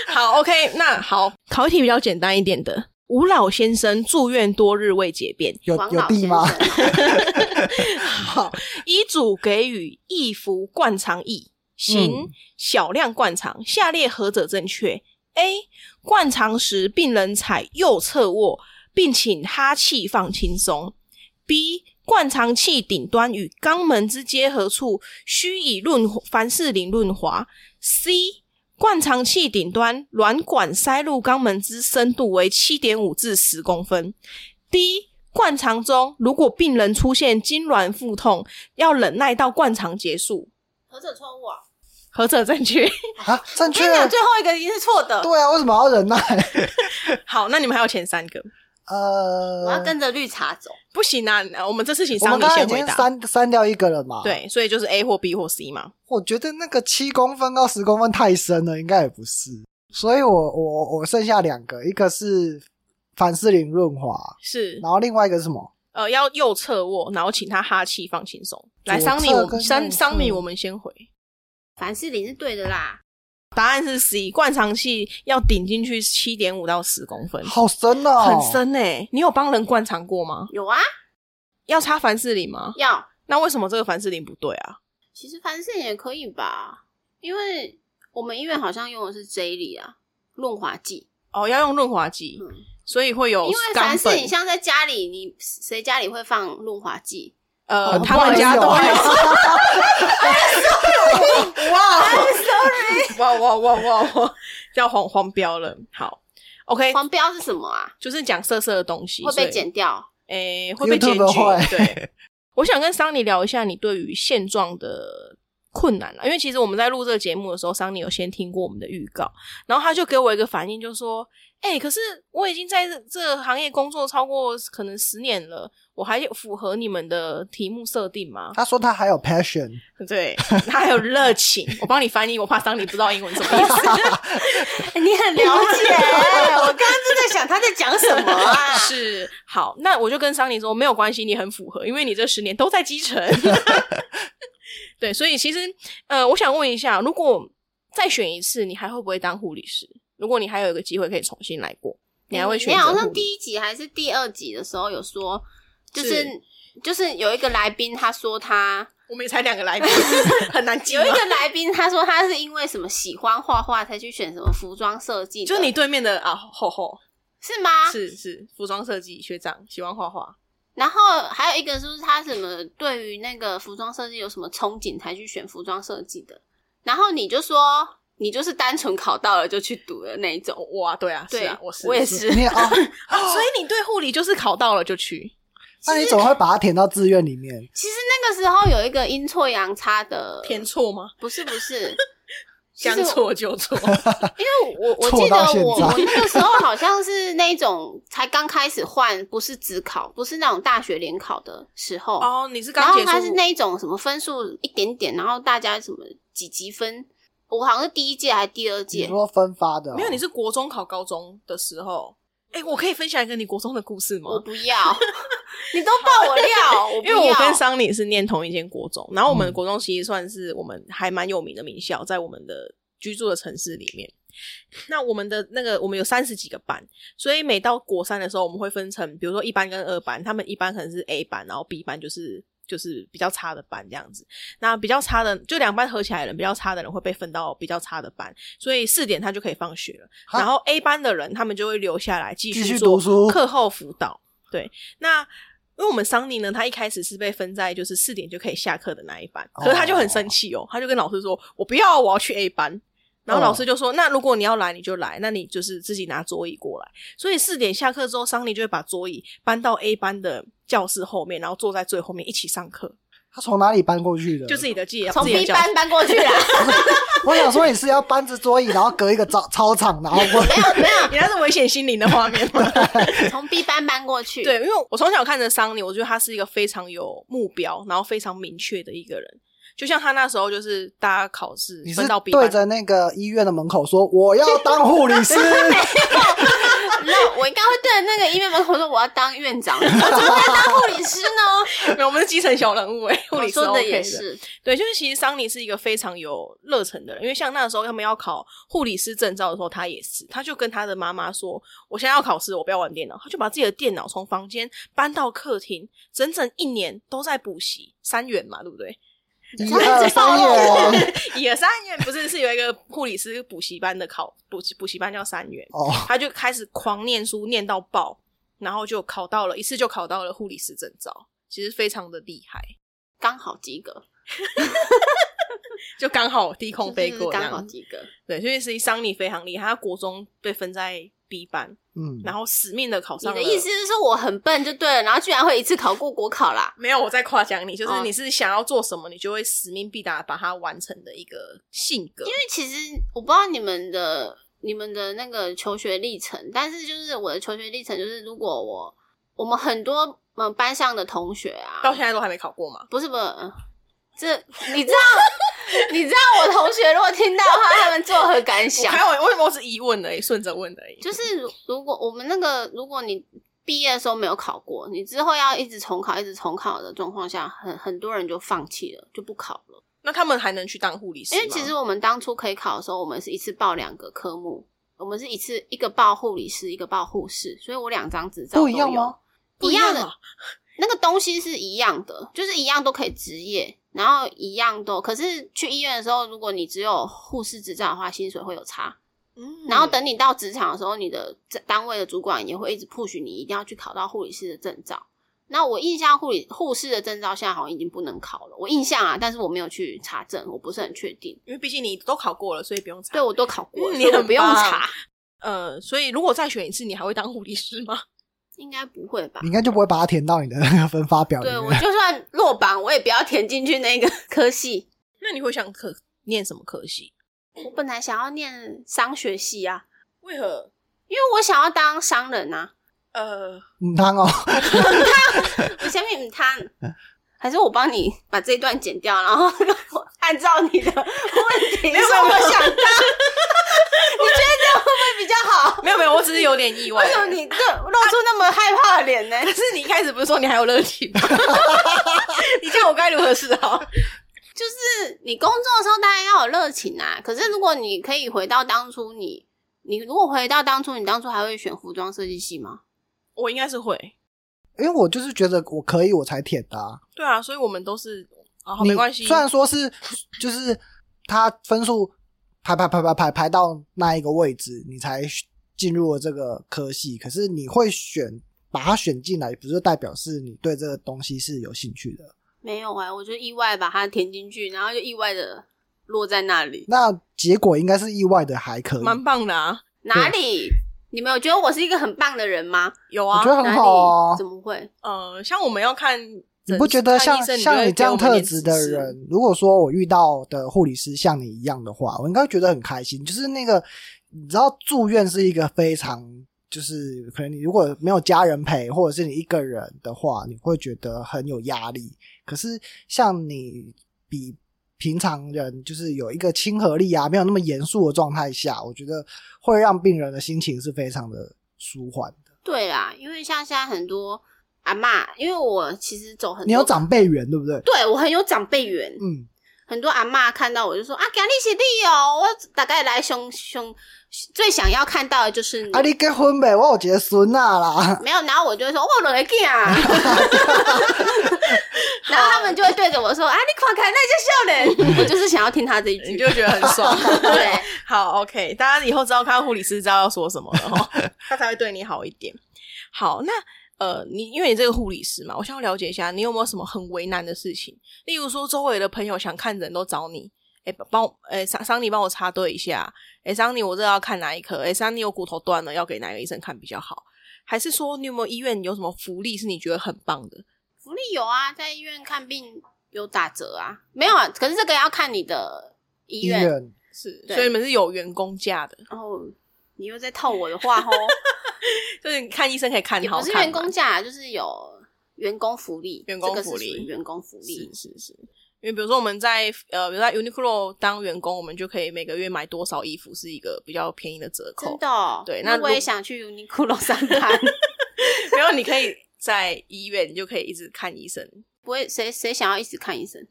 S1: [LAUGHS] 好，OK，那好，考一题比较简单一点的。吴老先生住院多日未解便，
S2: 有
S3: 王
S2: 有
S3: 老
S2: 地
S3: 先
S2: 吗？
S1: [LAUGHS]
S3: 生，
S1: 好，医嘱给予一服灌肠液，行
S2: 嗯
S1: 小量灌肠，下列何者正确？A. 灌肠时病人采右侧卧，并请哈气放轻松。B. 灌肠器顶端与肛门之接合处须以润凡士林润滑。C. 灌肠器顶端软管塞入肛门之深度为七点五至十公分。D. 灌肠中，如果病人出现痉挛腹痛，要忍耐到灌肠结束。
S3: 何者错误啊？
S1: 何者正确？
S2: 啊，正确
S3: 天。哪，最后一个一定是错的，
S2: 对啊，为什么要忍耐？
S1: [LAUGHS] 好，那你们还有前三个，
S2: 呃，
S3: 我要跟着绿茶走。
S1: 不行啊！呃我们这次请
S2: 我
S1: 桑
S2: 们
S1: 尼
S2: 刚刚已
S1: 先回
S2: 经
S1: 答。
S2: 删删掉一个了嘛？，
S1: 对，所以就是 A 或 B 或 C 嘛。
S2: 我觉得那个七公分到十公分太深了，应该也不是。所以我我我剩下两个，一个是凡士林润滑，
S1: 是，
S2: 然后另外一个是什么？
S1: 呃，要右侧卧，然后请他哈气放轻松。来，
S2: 左
S1: 桑尼，
S2: 侧
S1: 我
S2: 跟
S1: 桑
S2: 右侧
S1: 桑尼，我们先回。
S3: 凡士林是对的啦，
S1: 答案是 C，灌肠器要顶进去七点五到十公分，
S2: 好深哦，
S1: 很。深哎、你有帮人灌肠过吗？
S3: 有啊，
S1: 要擦凡士林吗？
S3: 要。
S1: 那为什么这个凡士林不对啊？
S3: 其实凡士林也可以吧，因为我们医院好像用的是 J 里啊，润滑剂。
S1: 哦，要用润滑剂，
S3: 嗯，
S1: 所以会有
S3: 因为
S1: 冈
S3: 凡士
S1: 本
S3: 林像在家里，你谁家里会放润滑剂？
S1: 呃，
S2: 很
S1: 他们
S2: 快
S1: 家
S2: 有
S1: 都有。
S2: 哦
S1: [LAUGHS]
S2: 哇，
S1: 哇哇哇哇哇， [LAUGHS] 叫黄黄标了。好，OK，
S3: 黄标是什么啊？
S1: 就是讲色色的东西
S3: 会
S1: 所
S3: 被
S1: 以
S3: 剪 [LAUGHS] 掉？
S1: 诶、会被检
S2: YouTube
S1: 举。
S2: 会
S1: 对，我想跟桑尼聊一下你对于现状的困难啦，因为其实我们在录这个节目的时候，桑尼有先听过我们的预告，然后他就给我一个反应，就说：“哎、可是我已经在这这个行业工作超过可能十年了，我还有符合你们的题目设定吗
S2: 他说他还有 passion，？”
S1: 对，他还有热情，我帮你翻译，我怕桑尼不知道英文什么意思。
S3: 你很了解， [LAUGHS] 我刚刚就在想他在讲什么啊 [LAUGHS]
S1: 是好，那我就跟桑尼说，没有关系，你很符合，因为你这十年都在基层。 [LAUGHS] 对，所以其实呃，我想问一下，如果再选一次，你还会不会当护理师？如果你还有一个机会可以重新来过，你还会选
S3: 你
S1: 择护
S3: 好
S1: 理？
S3: 像第一集还是第二集的时候有说，就是
S1: 是
S3: 就是有一个来宾他说他
S1: 我们也才两个
S3: [LAUGHS]
S1: 来宾，很难记
S3: 有
S1: 吗。
S3: 一个来宾他说他是因为什么喜欢画画才去选什么服装设计的，
S1: 就是你对面的啊，厚厚
S3: 是吗？
S1: 是是服装设计学长，喜欢画画，
S3: 然后还有一个就是他什么对于那个服装设计有什么憧憬才去选服装设计的，然后你就说你就是单纯考到了就去读的那一种，
S1: 哇，对啊，是
S3: 对
S1: 啊，我是
S3: 我也
S1: 是
S3: 是，
S2: 你
S1: [LAUGHS]
S2: 哦，
S1: 啊，所以你对护理就是考到了就去，
S2: 那你怎么会把它填到志愿里面？
S3: 其实那个时候有一个阴错阳差的，
S1: 填错吗？
S3: 不是不是，呃 [LAUGHS] 其
S1: 将
S3: 实我
S1: 错就
S3: [LAUGHS]
S1: 错，
S3: 因为我我
S2: 错
S3: 记得
S2: 到现
S3: 我
S2: 在
S3: 我那个时候好像是那一种才刚开始换，不是职考，不是那种大学联考的时候，
S1: 哦，你是
S3: 然
S1: 刚
S3: 后
S1: 结束
S3: 他是那一种什么分数一点点，然后大家什么几级分，我好像是第一届还是第二
S2: 你
S3: 届，
S2: 说分发的哦、
S1: 没有，你是国中考高中的时候。哎、我可以分享一个你国中的故事吗
S3: 我？不要， [LAUGHS] 你都爆我
S1: [LAUGHS]
S3: 料，我不
S1: 因为
S3: 要，
S1: 我跟桑尼是念同一间国中，然后我们
S2: 嗯
S1: 国中其实算是我们还蛮有名的名校，在我们的居住的城市里面。那我们的那个，我们有三十几个班，所以每到国三的时候，我们会分成，比如说一班跟二班，他们一班可能是 A 班，然后 B 班就是就是比较差的班这样子。那比较差的，就两班合起来的人，比较差的人会被分到比较差的班，所以四点他就可以放学了。
S2: 哈
S1: 然后 A 班的人，他们就会留下来继
S2: 继
S1: 续
S2: 续
S1: 做
S2: 读书
S1: 课后辅导。对，那因为我们桑尼呢，他一开始是被分在就是四点就可以下课的那一班，
S2: 哦
S1: 可是他就很生气哦，他就跟老师说：“我不要，我要去 A 班。”然后老师就说：“那如果你要来，你就来，那你就是自己拿桌椅过来。”所以四点下课之后，桑尼就会把桌椅搬到 A 班的教室后面，然后坐在最后面一起上课，
S2: 他从哪里搬过去的？
S1: 就自己的自己的
S3: 从
S1: 自己的
S3: B
S1: 教
S3: 班搬过去
S1: [LAUGHS]
S3: 啦，
S2: 我想说你是要搬着桌椅，然后隔一个操操场，然后过
S3: [LAUGHS]
S2: 来。
S3: 没有，
S1: 你那是危险心灵的画面吗？
S3: 从 B 班搬过去，
S1: 对，，因为我从小看着桑尼，我觉得他是一个非常有目标，然后非常明确的一个人。就像他那时候就是大家考试
S2: 你是
S1: 分到 B
S2: 对
S1: 班，
S2: 着那个医院的门口说我要当护理
S3: [LAUGHS]
S2: 师，
S3: 那我应该会对着那个医院门口说我要当
S1: [LAUGHS]
S3: 院长，我怎么会当护理师呢？
S1: 没有我们是基层小人物哎、护理
S3: 我
S1: 师
S3: 哦说
S1: OK
S3: 的也是，
S1: 对，就是其实桑尼是一个非常有热忱的人，因为像那时候他们要考护理师证照的时候，他也是，他就跟他的妈妈说：“我现在要考试，我不要玩电脑。”他就把自己的电脑从房间搬到客厅，整整一年都在补习三元嘛，对不对？ [LAUGHS]
S2: 一
S3: 他一
S2: 二
S3: 直暴
S2: 三
S3: 露我 [LAUGHS]
S2: 眼
S1: 也三元不是是有一个护理师补习班的考补习补习班叫三元，
S2: 哦，
S1: 他就开始狂念书，念到爆，然后就考到了一次就考到了护理师证照，其实非常的厉害，
S3: 刚好及格，
S1: 就刚好低空飞
S3: 就是
S1: 过这
S3: 刚好
S1: 样子。
S3: 及格。
S1: 对，所以实际桑尼非常厉害，他国中被分在 B 班，
S2: 嗯，
S1: 然后死命的考
S3: 你
S1: 上了。
S3: 的意思是说我很笨就对了，然后居然会一次考过国考啦？
S1: 没有我在夸奖你，就是
S3: 哦
S1: 你是想要做什么，你就会死命必达把它完成的一个性格。因为
S3: 因为其实我不知道你们的你们的那个求学历程，但是就是我的求学历程，就是如果我我们很多嗯班上的同学啊，
S1: 到现在都还没考过嘛，
S3: 不是不是，嗯这你知道 [LAUGHS] 你知道我同学如果听到的话，他们作何感
S1: 我
S3: 想
S1: 开？玩我我只疑问而已，顺着问而已。
S3: 就是如如果我们那个，如果你毕业的时候没有考过，你之后要一直重考、一直重考的状况下，很很多人就放弃了，就不考了。
S1: 那他们还能去当护理师
S3: 因
S1: 吗？
S3: 为其实我们当初可以考的时候，我们是一次报两个科目，我们是一次一个报护理师，一个报护士，所以我两张执照
S2: 不
S3: 都
S2: 一
S3: 有。
S2: 样哦吗？
S1: 不
S3: 一样的
S1: 啊，
S3: 那个东西是一样的，就是一样都可以执业，然后一样都。可是去医院的时候，如果你只有护士执照的话，薪水会有差。
S1: 嗯
S3: 然后等你到职场的时候，你的单位的主管也会一直 push 你一定要去考到护理师的证照。那我印象护理护士的证照现在好像已经不能考了，我印象啊，但是我没有去查证，我不是很确定。
S1: 因为毕竟你都考过了，所以不用查。
S3: 对我都考过了，
S1: 嗯
S3: 所以
S1: 你
S3: 我
S1: 很
S3: 不用
S1: 棒
S3: 查，
S1: 呃，所以如果再选一次，你还会当护理师吗？ [LAUGHS]
S3: 应该不会吧
S2: 你？应该就不会把它填到你的 [LAUGHS] 那个分发表里
S3: 对我
S2: 面。
S3: 就算落榜，我也不要填进去那个 [LAUGHS] 科系。
S1: 那你会想可念什么科系？
S3: 我本来想要念商学系啊，
S1: 为何？
S3: 因为我想要当商人啊。
S1: 呃，
S2: 嗯，汤哦，
S3: 我前面他还是我帮你把这一段剪掉，然后 [LAUGHS] 我按照你的问题
S1: 没有
S3: 说
S1: 没
S3: 我
S1: 有
S3: 想当，你觉得 [LAUGHS] 这样会不会比较
S1: [LAUGHS]
S3: 好？
S1: 没有没有，我只是有点意外。
S3: 为什么你这露出那么害怕的脸呢？
S1: 可是你一开始不是说你还有热情 [LAUGHS] 吗？你叫我该如何是好？
S3: 就是你工作的时候当然要有热情啊，可是如果你可以回到当初你，你如果回到当初，你当初还会选服装设计系吗？
S1: 我应该是会，
S2: 因为我就是觉得我可以，我才填的、啊。
S1: 对啊，所以我们都是啊，好
S2: 你
S1: 没关系。
S2: 虽然说是就是他分数排排排排排排到那一个位置，你才进入了这个科系，可是你会选把它选进来，不是代表是你对这个东西是有兴趣的。
S3: 没有哎、我就意外把它填进去，然后就意外的落在那里。
S2: 那结果应该是意外的，还可以。
S1: 蛮棒的啊，
S3: 哪里？你们有觉得我是一个很棒的人吗？
S1: 有
S2: 我
S1: 啊
S2: 觉，得
S3: 哪
S2: 很
S3: 里
S2: 好啊
S3: 怎。么会？
S1: 呃，像我们要看诊，
S2: 你不觉得像
S1: 看医生
S2: 像
S1: 你就会
S2: 你这
S1: 给我
S2: 样
S1: 们一
S2: 特
S1: 点
S2: 质的
S1: 指示
S2: 人，如果说我遇到的护理师像你一样的话，我应该觉得很开心。就是那个，你知道住院是一个非常，就是可能你如果没有家人陪，或者是你一个人的话，你会觉得很有压力。可是像你比平常人就是有一个亲和力啊，没有那么严肃的状态下，我觉得会让病人的心情是非常的舒缓的。
S3: 对啦，因为像现在很多阿嬷，因为我其实走很多，
S2: 你有长辈缘，对不对？
S3: 对我很有长辈缘，
S2: 嗯，
S3: 很多阿嬷看到我就说啊，给你写力哦，我大概来熊熊最想要看到的就是你，
S2: 啊，你结婚呗，我有一个孙啊啦。
S3: 没有，然后我就会说我两个
S1: [LAUGHS]
S3: 囝啊，然后他们就会对着我说啊，你看看那些笑
S1: [LAUGHS]
S3: 脸，我就是想要听他这一
S1: 你
S3: 句
S1: 就，觉得很 [LAUGHS] 爽。
S3: [LAUGHS] 对，
S1: 好，OK，大家以后知道看到护理师知道要说什么了哈，他才会对你好一点。好，那呃，你因为你这个护理师嘛，我想要了解一下，你有没有什么很为难的事情？例如说，周围的朋友想看诊都找你，哎、帮我，哎、桑桑尼帮我插队一下，哎、桑尼我这要看哪一科？哎、桑尼我骨头断了，要给哪个医生看比较好？还是说你有没有医院有什么福利是你觉得很棒的？
S3: 福利有啊，在医院看病有打折啊，没有啊，可是这个要看你的医
S2: 医
S3: 院。
S2: 院
S1: 是，
S3: 对
S1: 所以你们是有员工价的，
S3: 哦，你又在套我的
S1: [LAUGHS]
S3: 话吼，
S1: 就是你看医生可以看
S3: 也
S1: 好
S3: 不啊是
S1: 看嘛，
S3: 员工价，就是有员工福利，
S1: 员工
S3: 这个是
S1: 福利
S3: 属于员工福利
S1: 是。是是，因为比如说我们在呃，比如在 Uniqlo 当员工，我们就可以每个月买多少衣服是一个比较便宜的折扣
S3: 真。的哦、
S1: 对那如
S3: 我也想去 Uniqlo 上
S1: [LAUGHS]
S3: 班，
S1: 然后你可以在医院，你就可以一直看医生。
S3: 不会谁谁想要一直看医生？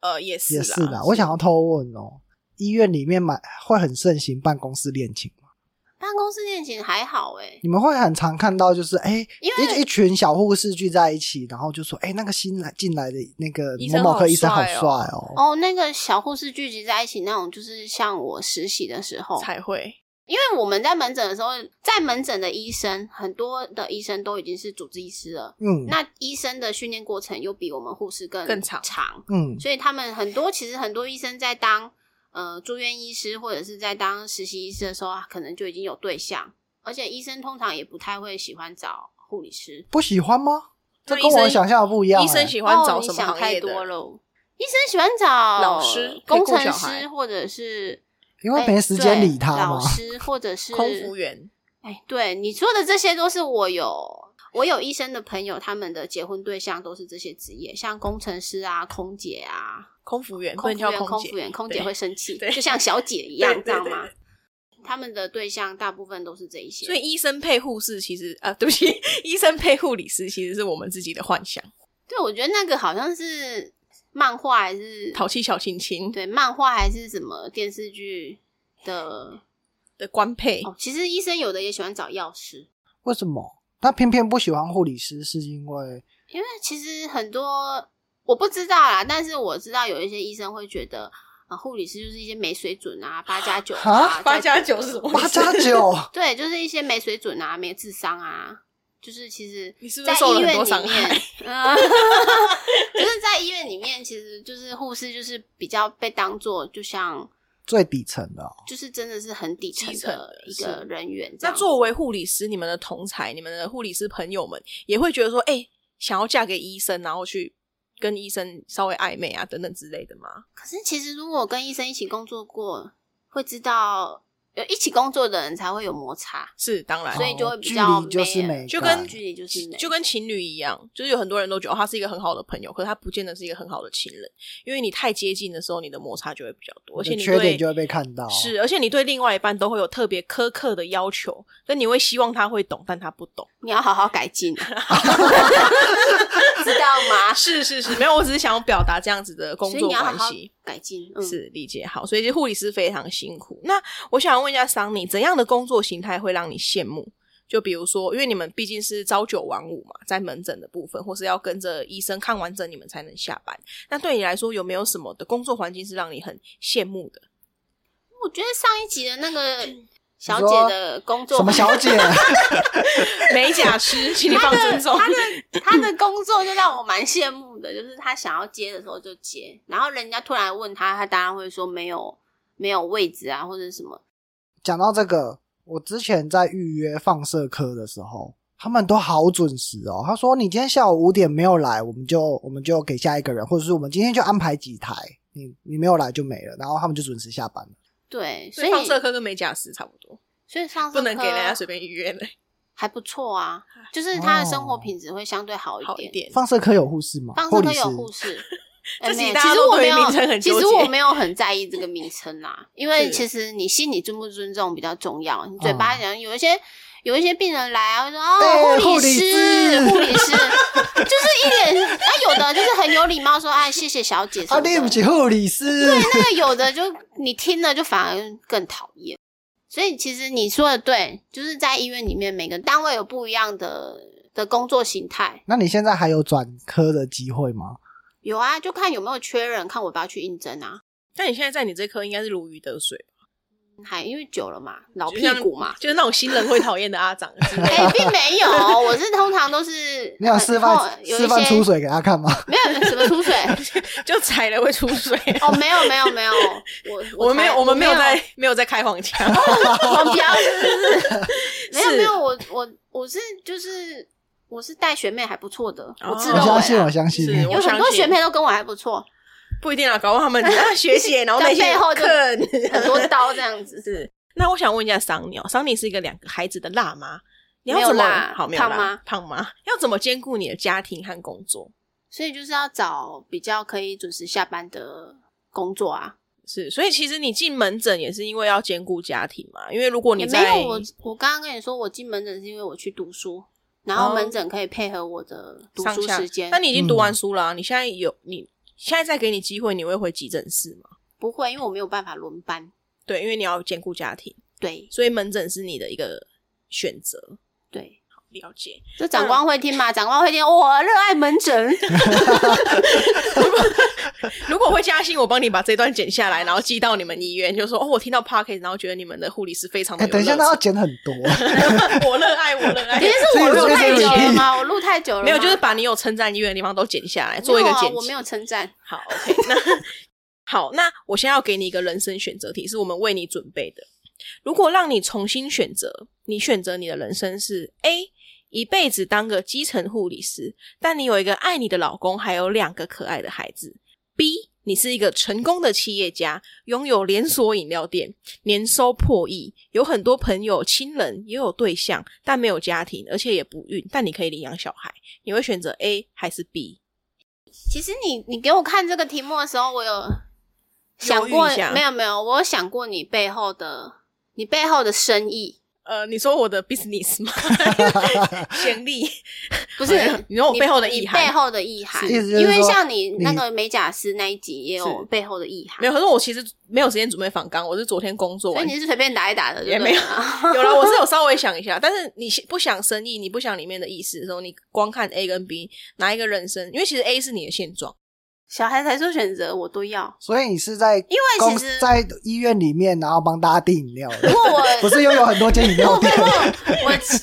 S1: 呃，也是
S2: 也
S1: 啦，
S2: 是的。我想要偷问哦，医院里面买会很盛行办公室恋情吗？
S3: 办公室恋情还好哎、
S2: 你们会很常看到，就是哎，
S3: 因为
S2: 一一群小护士聚在一起，然后就说，哎，那个新来进来的那个
S1: 医生
S2: 某某科
S1: 好
S2: 医生好
S1: 帅
S2: 帅
S1: 哦
S2: 哦，
S3: 哦，那个小护士聚集在一起那种，就是像我实习的时候，
S1: 才会。
S3: 因为我们在门诊的时候，在门诊的医生很多的医生都已经是主治医师了，
S2: 嗯
S3: 那医生的训练过程又比我们护士更
S1: 更长
S2: 嗯，
S3: 所以他们很多其实很多医生在当呃住院医师或者是在当实习医师的时候，啊，可能就已经有对象，而且医生通常也不太会喜欢找护理师。
S2: 不喜欢吗？这
S1: 那
S2: 跟
S1: 医生
S2: 我想象的不一样。
S1: 医生
S2: 哎
S1: 喜欢
S3: 哦
S1: 找
S3: 你
S1: 什么
S3: 想
S1: 行
S3: 太
S1: 业
S3: 多
S1: 的？
S3: 了。医生喜欢找
S1: 老师可以
S3: 工
S1: 顾
S3: 程
S1: 小孩
S3: 师，或者是
S2: 因为
S3: 哎
S2: 没时间
S3: 对
S2: 理他嘛
S3: 老。师
S1: [LAUGHS]
S3: 或者是
S1: 空服员，
S3: 哎，对你说的这些都是我有，我有医生的朋友，他们的结婚对象都是这些职业，像工程师啊、空姐啊、
S1: 空服员，不
S3: 空
S1: 能叫
S3: 服员、空
S1: 姐，
S3: 服员，空
S1: 对
S3: 姐会生气，
S1: 对
S3: 就像小姐一样，
S1: 对对
S3: 知道
S1: 对
S3: 吗？ [LAUGHS] 他们的对象大部分都是这一些，
S1: 所以医生配护士其实啊， [LAUGHS] 对不起，医生配护理师其实是我们自己的幻想，
S3: 对我觉得那个好像是漫画还是
S1: 淘气小亲亲
S3: 对漫画还是什么电视剧的
S1: 的官配，
S3: 哦。其实医生有的也喜欢找药师，
S2: 为什么？他偏偏不喜欢护理师，是因为
S3: 因为其实很多我不知道啦，但是我知道有一些医生会觉得啊，护理师就是一些没水准啊，八加九啊
S2: 啊，
S1: 八加九是什么？
S2: 八加，
S1: [LAUGHS]
S2: 九
S3: [LAUGHS] 对，就是一些没水准啊，没智商啊，就是其实
S1: 你是不
S3: 在
S1: 是受
S3: 医
S1: 了很
S3: 院
S1: 多
S3: 里
S1: 伤害
S3: 面， [LAUGHS] 嗯就是在医院里面，其实就是护士就是比较被当做就像
S2: 最底层的哦、
S3: 就是真的是很底层
S1: 基层
S3: 的
S1: 的
S3: 一
S1: 是
S3: 个人员这
S1: 那
S3: 样。
S1: 作为护理师，你们的同才，你们的护理师朋友们也会觉得说，哎、想要嫁给医生，然后去跟医生稍微暧昧啊，等等之类的吗？
S3: 可是其实如果跟医生一起工作过，会知道有一起工作的人才会有摩擦。
S1: 是，当然，
S3: 所以就会
S2: 哦
S3: 比较
S2: 距离就是
S3: 美
S2: 美
S1: 就
S2: 感
S1: 跟
S3: 距离就是美，
S1: 就跟情侣一样，就是有很多人都觉得、哦、他是一个很好的朋友，可是他不见得是一个很好的情人，因为你太接近的时候，你的摩擦就会比较多，而且
S2: 你
S1: 你
S2: 的缺
S1: 对
S2: 点就会被看到。
S1: 是，而且你对另外一半都会有特别苛刻的要求，跟你会希望他会懂，但他不懂。
S3: 你要好好改进，啊
S1: [LAUGHS]
S3: 知道吗？
S1: 是是 [LAUGHS] 是，没有，我只是想要表达这样子的工
S3: 所以
S1: 作
S3: 你要好
S1: 关
S3: 好
S1: 系。
S3: 改进，嗯，
S1: 是理解好，所以护理师非常辛苦。那我想问一下桑尼，怎样的工作形态会让你羡慕？就比如说，因为你们毕竟是朝九晚五嘛，在门诊的部分，或是要跟着医生看完整，你们才能下班。那对你来说，有没有什么的工作环境是让你很羡慕的？
S3: 我觉得上一集的那个小
S2: 你说
S3: 姐的工作，
S2: 什么
S1: [LAUGHS]
S2: 小姐？ [LAUGHS]
S1: 美甲师，请你放尊重。
S2: [LAUGHS]
S3: 她的她的工作就让我蛮羡慕的，就是她想要接的时候就接，然后人家突然问她，她当然会说没有没有位置啊，或者什么。
S2: 讲到这个，我之前在预约放射科的时候，他们都好准时哦。他说：“你今天下午五点没有来，我们就我们就给下一个人，或者是我们今天就安排几台。你你没有来就没了。”然后他们就准时下班了。
S3: 对，
S1: [LAUGHS]
S3: 所
S1: 所
S3: 以呃
S1: 以放射科跟美甲师差不多，
S3: 所以上
S1: 不能给人家随
S3: 便，
S1: 便预约的，
S3: 还不错啊，就是她的生活
S2: 哦
S3: 品质会相对好一
S1: 好
S3: 点
S1: 一。点。
S2: 放射科有护士吗？
S3: 放射科
S2: 护理
S3: 有
S2: 师
S1: [LAUGHS]
S3: 护士，
S1: 这
S3: 呃没
S1: 集
S3: 有
S1: 大
S3: 其
S1: 家
S3: 实
S1: 都
S3: 我没
S1: 对名称
S3: 有，
S1: 很
S3: 其
S1: 纠
S3: 实
S1: 结
S3: 我没有很在意这个名称啦，因为
S1: 是
S3: 其实你心里尊不尊重比较重要。你嘴
S2: 嗯
S3: 巴讲有一些有一些病人来啊，会说
S2: 哎
S3: 哦，护
S2: 护理
S3: 理师，
S2: 师
S3: 护
S2: [LAUGHS]
S3: 理师，就是一脸，那有的就是很有礼貌说哎谢谢小姐什
S2: 啊，
S3: 么
S2: 对不
S3: 的，
S2: 起，护理师。
S3: 那个有的就你听了就反而更讨厌。所以其实你说的对，就是在医院里面每个单位有不一样的的工作形态，
S2: 那你现在还有转科的机会吗？
S3: 有啊，就看有没有缺人，看我要不要去应征啊。
S1: 但你现在在你这科应该是如鱼得水，
S3: 还因为久了嘛，老
S1: 就
S3: 哦屁
S1: 像
S3: 股
S1: [LAUGHS]
S3: 嘛。
S1: 就是那种新人会讨厌的阿长之类的
S3: 哎、并没有，我是通常
S2: [LAUGHS]
S3: 都是
S2: 你有
S3: 很
S2: 示
S3: 呃后
S2: 范
S3: 有
S2: 示
S3: 一
S2: 范
S3: 些
S2: 出水给他看吗？
S3: 没有什么
S2: [LAUGHS]
S3: 出水 [LAUGHS]
S1: 就踩了会出水。
S3: 哦，没有没有没有，我
S1: 我们没有，
S3: 才
S1: 我们没有
S3: 有 [LAUGHS]
S1: 在没有在开黄腔， [LAUGHS]
S3: 黄标，是不是没有
S1: 是
S3: 没有，我我我是就是我是带学妹还不错的，
S1: 哦
S3: 我自
S2: 我
S3: 认
S2: 相
S3: 为
S2: 信，我
S3: 啊
S2: 相信
S1: 是
S2: 你。
S3: 有
S1: 我
S3: 很多
S1: 相信
S3: 学妹都跟我还不
S1: [LAUGHS]
S3: 错，
S1: 不一定啊，搞不好他们啊学姐，然后
S3: 在
S1: 内心 [LAUGHS]
S3: 背后就
S1: 坑 [LAUGHS]
S3: 很多刀这样子，
S1: 是。那我想问一下桑尼哦，桑尼是一个两个孩子的辣妈，你要
S3: 没有
S1: 怎么
S3: 辣
S1: 好没有
S3: 胖妈
S1: 胖妈要怎么兼顾你的家庭和工作？
S3: 所以就是要找比较可以准时下班的工作啊。
S1: 是，所以其实你进门诊也是因为要兼顾家庭嘛，因为如果你
S3: 也
S1: 在
S3: 没有我，我刚刚跟你说，我进门诊是因为我去读书，然后
S1: 哦
S3: 门诊可以配合我的读
S1: 上
S3: 书
S1: 下
S3: 时间。
S1: 那你已经读完书了啊、你现在有你现在再给你机会，你会回急诊室吗？
S3: 不会，因为我没有办法轮班。
S1: 对，因为你要兼顾家庭，
S3: 对
S1: 所以门诊是你的一个选择。
S3: 对，
S1: 了解，
S3: 这长官会听吗？长官会听，我热爱门
S1: [LAUGHS]
S3: 诊。
S1: 如果会加薪，我帮你把这段剪下来，然后寄到你们医院，就说哦，我听到 p o c k e t 然后觉得你们的护理师非常的
S2: 哎，
S1: 有
S2: 等一下，
S1: 热
S2: 那要
S1: 忱
S2: 剪很
S3: [LAUGHS]
S2: 多，
S1: [LAUGHS] 我热爱，我热爱
S3: 其。实是我录太久了吗？我录太久了吗，
S1: 没有，就是把你有称赞医院的地方都剪下来，做一个
S3: 没有啊
S1: 剪辑。
S3: 我没有称赞。
S1: 好，OK，那好，那我现在要给你一个人生选择题，是我们为你准备的。如果让你重新选择，你选择你的人生是 A，一辈子当个基层护理师，但你有一个爱你的老公，还有两个可爱的孩子；B，你是一个成功的企业家，拥有连锁饮料店，年收破亿，有很多朋友、亲人，也有对象，但没有家庭，而且也不孕，但你可以领养小孩。你会选择 A 还是 B？
S3: 其实你你给我看这个题目的时候，我有想过
S1: 犹豫一下，
S3: 没有没有，我有想过你背后的你背后的深意，
S1: 呃，你说我的 business 吗？潜力
S3: 不是
S1: 哎你说我背后的意
S3: 你
S1: 涵
S3: 背后的意涵，
S2: 是意思就是
S3: 因为
S2: 说
S3: 像你
S2: 你
S3: 那个美甲师那一集也有
S1: 是
S3: 背后的意涵，
S1: 没有，可是我其实没有时间准备访纲，我是昨天工作
S3: 所以
S1: 完。
S3: 你是随便打一打的，
S1: 也
S3: 对不对啊
S1: 没有 [LAUGHS] 有了，我是有稍微想一下，但是你不想生意，你不想里面的意思的时候，你光看 A 跟 B 哪一个人生？因为其实 A 是你的现状，
S3: 小孩才做选择，我都要。
S2: 所以你是在因
S3: 为其实
S2: 在医院里面，然后帮大家订饮料的，
S3: 如果我
S2: [LAUGHS]
S3: [LAUGHS]
S2: 不是又有很多间饮料店，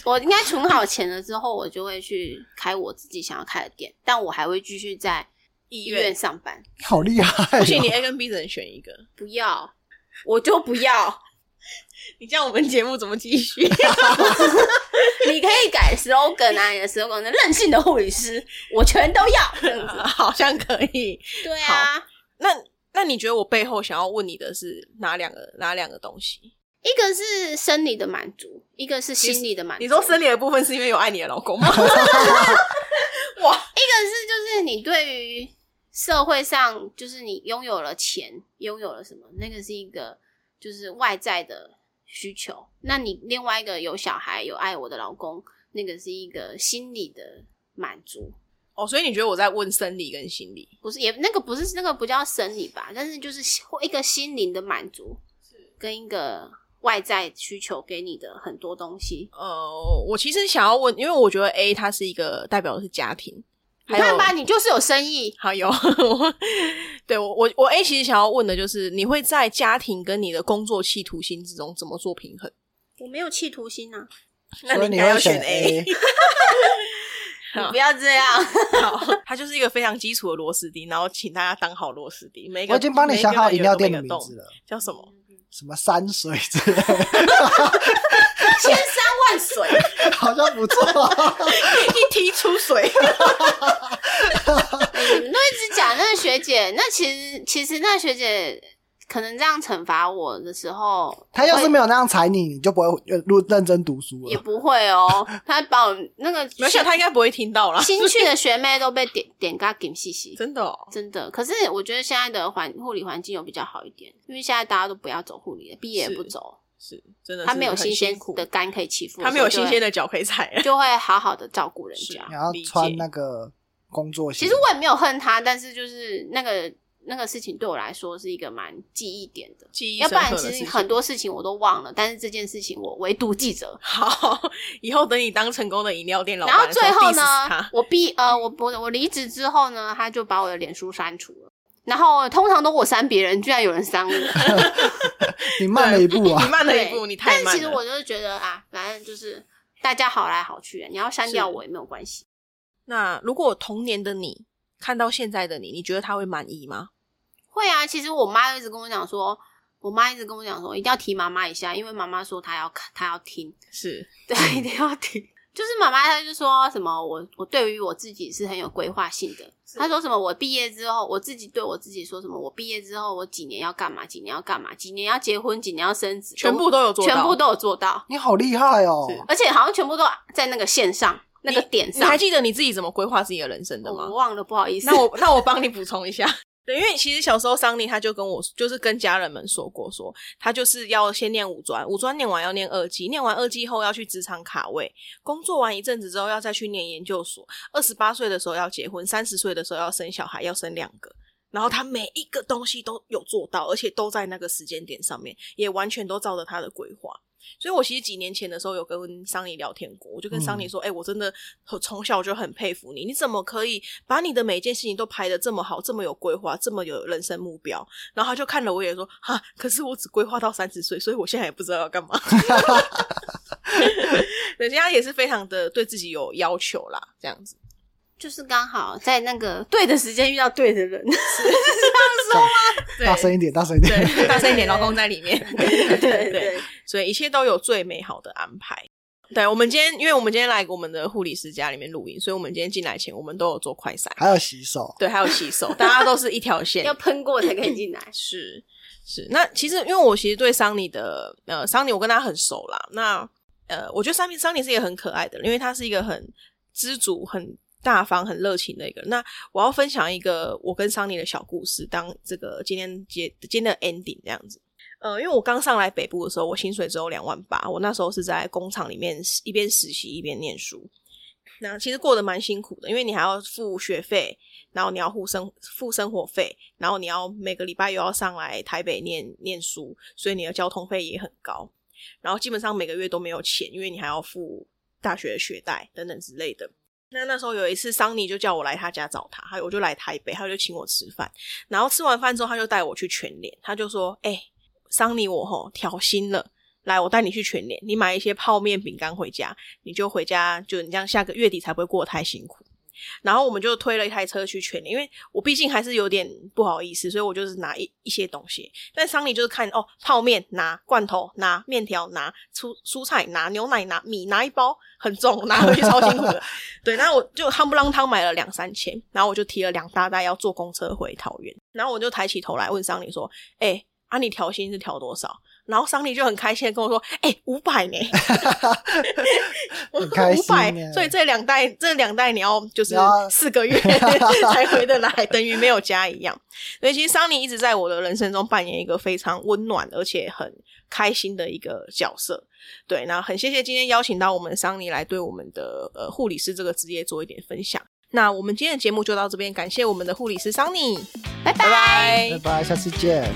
S3: 我我应该存好钱了之后，我就会去开我自己想要开的店，但我还会继续在医
S1: 院
S3: 院上班。
S2: 好厉害
S1: 而且
S2: 哦！
S1: 你 A 跟 B 只能选一个。
S3: 不要， [LAUGHS] 我就不要。
S1: 你这样我们节目怎么继续？
S3: [LAUGHS] 你可以改 slogan 啊，你的 slogan 是任性的护理师，我全都要。这 [LAUGHS] 样子
S1: 好像可以。
S3: 对啊，
S1: 那那你觉得我背后想要问你的是哪两个哪两个东西？
S3: 一个是生理的满足，一个是心理的满足。
S1: 你说生理的部分是因为有爱你的老公吗？ [LAUGHS] 哇，
S3: 一个是就是你对于社会上，就是你拥有了钱，拥有了什么，那个是一个就是外在的需求。那你另外一个有小孩，有爱我的老公，那个是一个心理的满足，
S1: 哦，所以你觉得我在问生理跟心理？
S3: 不是也那个不是那个不叫生理吧，但是就是一个心灵的满足，跟一个外在需求给你的很多东西。
S1: 呃，我其实想要问，因为我觉得 A 它是一个代表的是家庭，
S3: 你
S1: 还有
S3: 看吧，你就是有生意，
S1: 好有，我对我我我 A 其实想要问的就是，你会在家庭跟你的工作企图心之中怎么做平衡？
S3: 我没有企图心啊，
S1: 那
S2: 所以
S1: 应
S2: 你
S1: 该要
S2: 会
S1: 选
S2: A，
S3: 你不要这样。
S1: [LAUGHS] 好，它就是一个非常基础的螺丝钉，然后请大家当好螺丝钉。每一个
S2: 我已经帮你想好饮料店的
S1: 每一个
S2: 名
S1: 人有
S2: 字了，
S1: [LAUGHS] 叫什么？
S2: 什么山水之类，
S3: 千山万水，
S2: 好像不错。
S1: 一提出水，
S3: 你们都一直讲那个学姐，那其实其实那学姐可能这样惩罚我的时候，
S2: 他要是
S3: 会
S2: 没有那样踩你，你就不会认认真读书
S3: 也
S2: 了。
S3: 不会
S1: [LAUGHS]
S3: 哦，她把我那个
S1: [LAUGHS] 没事，他应该不会听到 [LAUGHS] 啦。
S3: 新去的学妹都被
S1: [LAUGHS]
S3: 点点嘎给细细。
S1: 真的、哦，
S3: 真的，可是我觉得现在的环护理环境有比较好一点，因为现在大家都不要走护理了，毕业也
S1: 是
S3: 不走，
S1: 是真的是很辛苦，
S3: 他没有新鲜的肝可以欺负，
S1: 他没有
S3: 所以
S1: 新
S3: 就会
S1: 鲜的脚可以踩了。
S3: 就会好好的照顾人家
S1: 是。
S2: 你要
S1: 理解
S2: 穿那个工作鞋，
S3: 其实我也没有恨他，但是就是那个那个事情对我来说是一个蛮记忆点的。
S1: 记忆
S3: 要
S1: 深
S3: 不
S1: 刻的
S3: 然其
S1: 事
S3: 实
S1: 情
S3: 很多事情我都忘了，但是这件事情我唯独记着。
S1: [LAUGHS] 好，以后等你当成功的饮料店老
S3: 然后
S1: 板的时
S3: 最
S1: 候，
S3: 后
S1: diss
S3: 呢
S1: [LAUGHS] 他，
S3: 我毕呃我我我离职之后呢，他就把我的脸书删除了。然后通常都我删别人，居然有人
S1: [LAUGHS]
S3: 删我，
S2: 你慢了一步
S1: 你
S2: [LAUGHS] 啊。
S1: 慢了
S3: 对
S1: 一步，你太慢
S3: 但
S1: 了。
S3: 是其实我就是觉得啊，反正就是大家好来好去，你要删掉
S1: 是
S3: 我也没有关系。
S1: 那如果童年的你看到现在的你，你觉得他会满意吗？
S3: 会啊，其实我妈一直跟我讲说，我妈一直跟我讲说，一定要提妈妈一下，因为妈妈说她要看，她要听。
S1: 是
S3: 对，一定要听。嗯就是妈妈她就说什么我我对于我自己是很有规划性的，她说什么我毕业之后我自己对我自己说什么我毕业之后我几年要干嘛几年要干嘛几年要结婚几年要生子，
S1: 全部都有做到，
S3: 全部都有做到，
S2: 你好厉害哦！
S1: 是
S3: 而且好像全部都在那个线上，那个点
S1: 你
S3: 上
S1: 还。记得你自己怎么规划自己的人生的
S3: 哦
S1: 吗
S3: 我？忘了，不好意思。
S1: [LAUGHS] 那我那我帮你补充一下。 [LAUGHS] 对，因为其实小时候桑尼他就跟我，就是跟家人们说过说，他就是要先念五专，五专念完要念二技，念完二技后要去职场卡位，工作完一阵子之后要再去念研究所，二十八岁的时候要结婚，三十岁的时候要生小孩，要生两个。然后他每一个东西都有做到，而且都在那个时间点上面，也完全都照着他的规划。所以我其实几年前的时候有跟桑尼聊天过，我就跟桑尼说：“哎、我真的从小就很佩服你，你怎么可以把你的每件事情都排得这么好，这么有规划，这么有人生目标？”然后他就看了我一眼说：“哈，可是我只规划到三十岁，所以我现在也不知道要干嘛。” [LAUGHS] 人家也是非常的对自己有要求啦，这样子。
S3: 就是刚好在那个对的时间遇到对的人，
S1: 对
S2: 大声一点，大声一点。
S1: 对，大声一点，老公在里面。
S3: 对对
S1: 对，所以一切都有最美好的安排。对，我们今天，因为我们今天来我们的护理师家里面录音，所以我们今天进来前，我们都有做快筛，
S2: 还有洗手，
S1: 对，还有洗手，大家都是一条线
S3: 要，喷过才可以进来。
S1: 是是。那其实因为我其实对桑尼的呃桑尼，我跟他很熟啦。那呃，我觉得桑尼桑尼是一个很可爱的人，因为他是一个很知足、很大方、很热情的一个人。那我要分享一个我跟桑尼的小故事，当这个今天节今天的 ending 这样子。呃，因为我刚上来北部的时候，我薪水只有两万八，我那时候是在工厂里面实一边实习一边念书。那其实过得蛮辛苦的，因为你还要付学费，然后你要付生付生活费，然后你要每个礼拜又要上来台北念念书，所以你的交通费也很高。然后基本上每个月都没有钱，因为你还要付大学的学贷等等之类的。那那时候有一次，桑尼就叫我来他家找他，还有我就来台北，他就请我吃饭。然后吃完饭之后，他就带我去全联，他就说：“哎、桑尼我吼调薪了，来我带你去全联，你买一些泡面、饼干回家，你就回家，就你这样下个月底才不会过得太辛苦。”然后我们就推了一台车去全联，因为我毕竟还是有点不好意思，所以我就是拿一一些东西。但桑尼就是看哦，泡面拿，罐头拿，面条拿，蔬蔬菜拿，牛奶拿，米拿一包，很重，拿回去超辛苦
S2: [LAUGHS]
S1: 的。对，然后我就夯不啷当买了两三千，然后我就提了两大袋要坐公车回桃园，然后我就抬起头来问桑尼说：“哎、啊你调薪是调多少？”然后桑尼就很开心的跟我说：“哎、五百呢，我
S2: [LAUGHS] 很
S1: [LAUGHS]
S2: 开
S1: 五
S2: 心
S1: 百，
S2: 耶
S1: 所以这两袋这两袋你要就是
S2: 要
S1: 四个月才回得来，等于没有家一样。所以其实桑尼一直在我的人生中扮演一个非常温暖而且很开心的一个角色。对，那很谢谢今天邀请到我们桑尼来对我们的呃护理师这个职业做一点分享。那我们今天的节目就到这边，感谢我们的护理师桑尼，
S3: 拜拜。
S1: 拜
S2: 拜拜，下次见。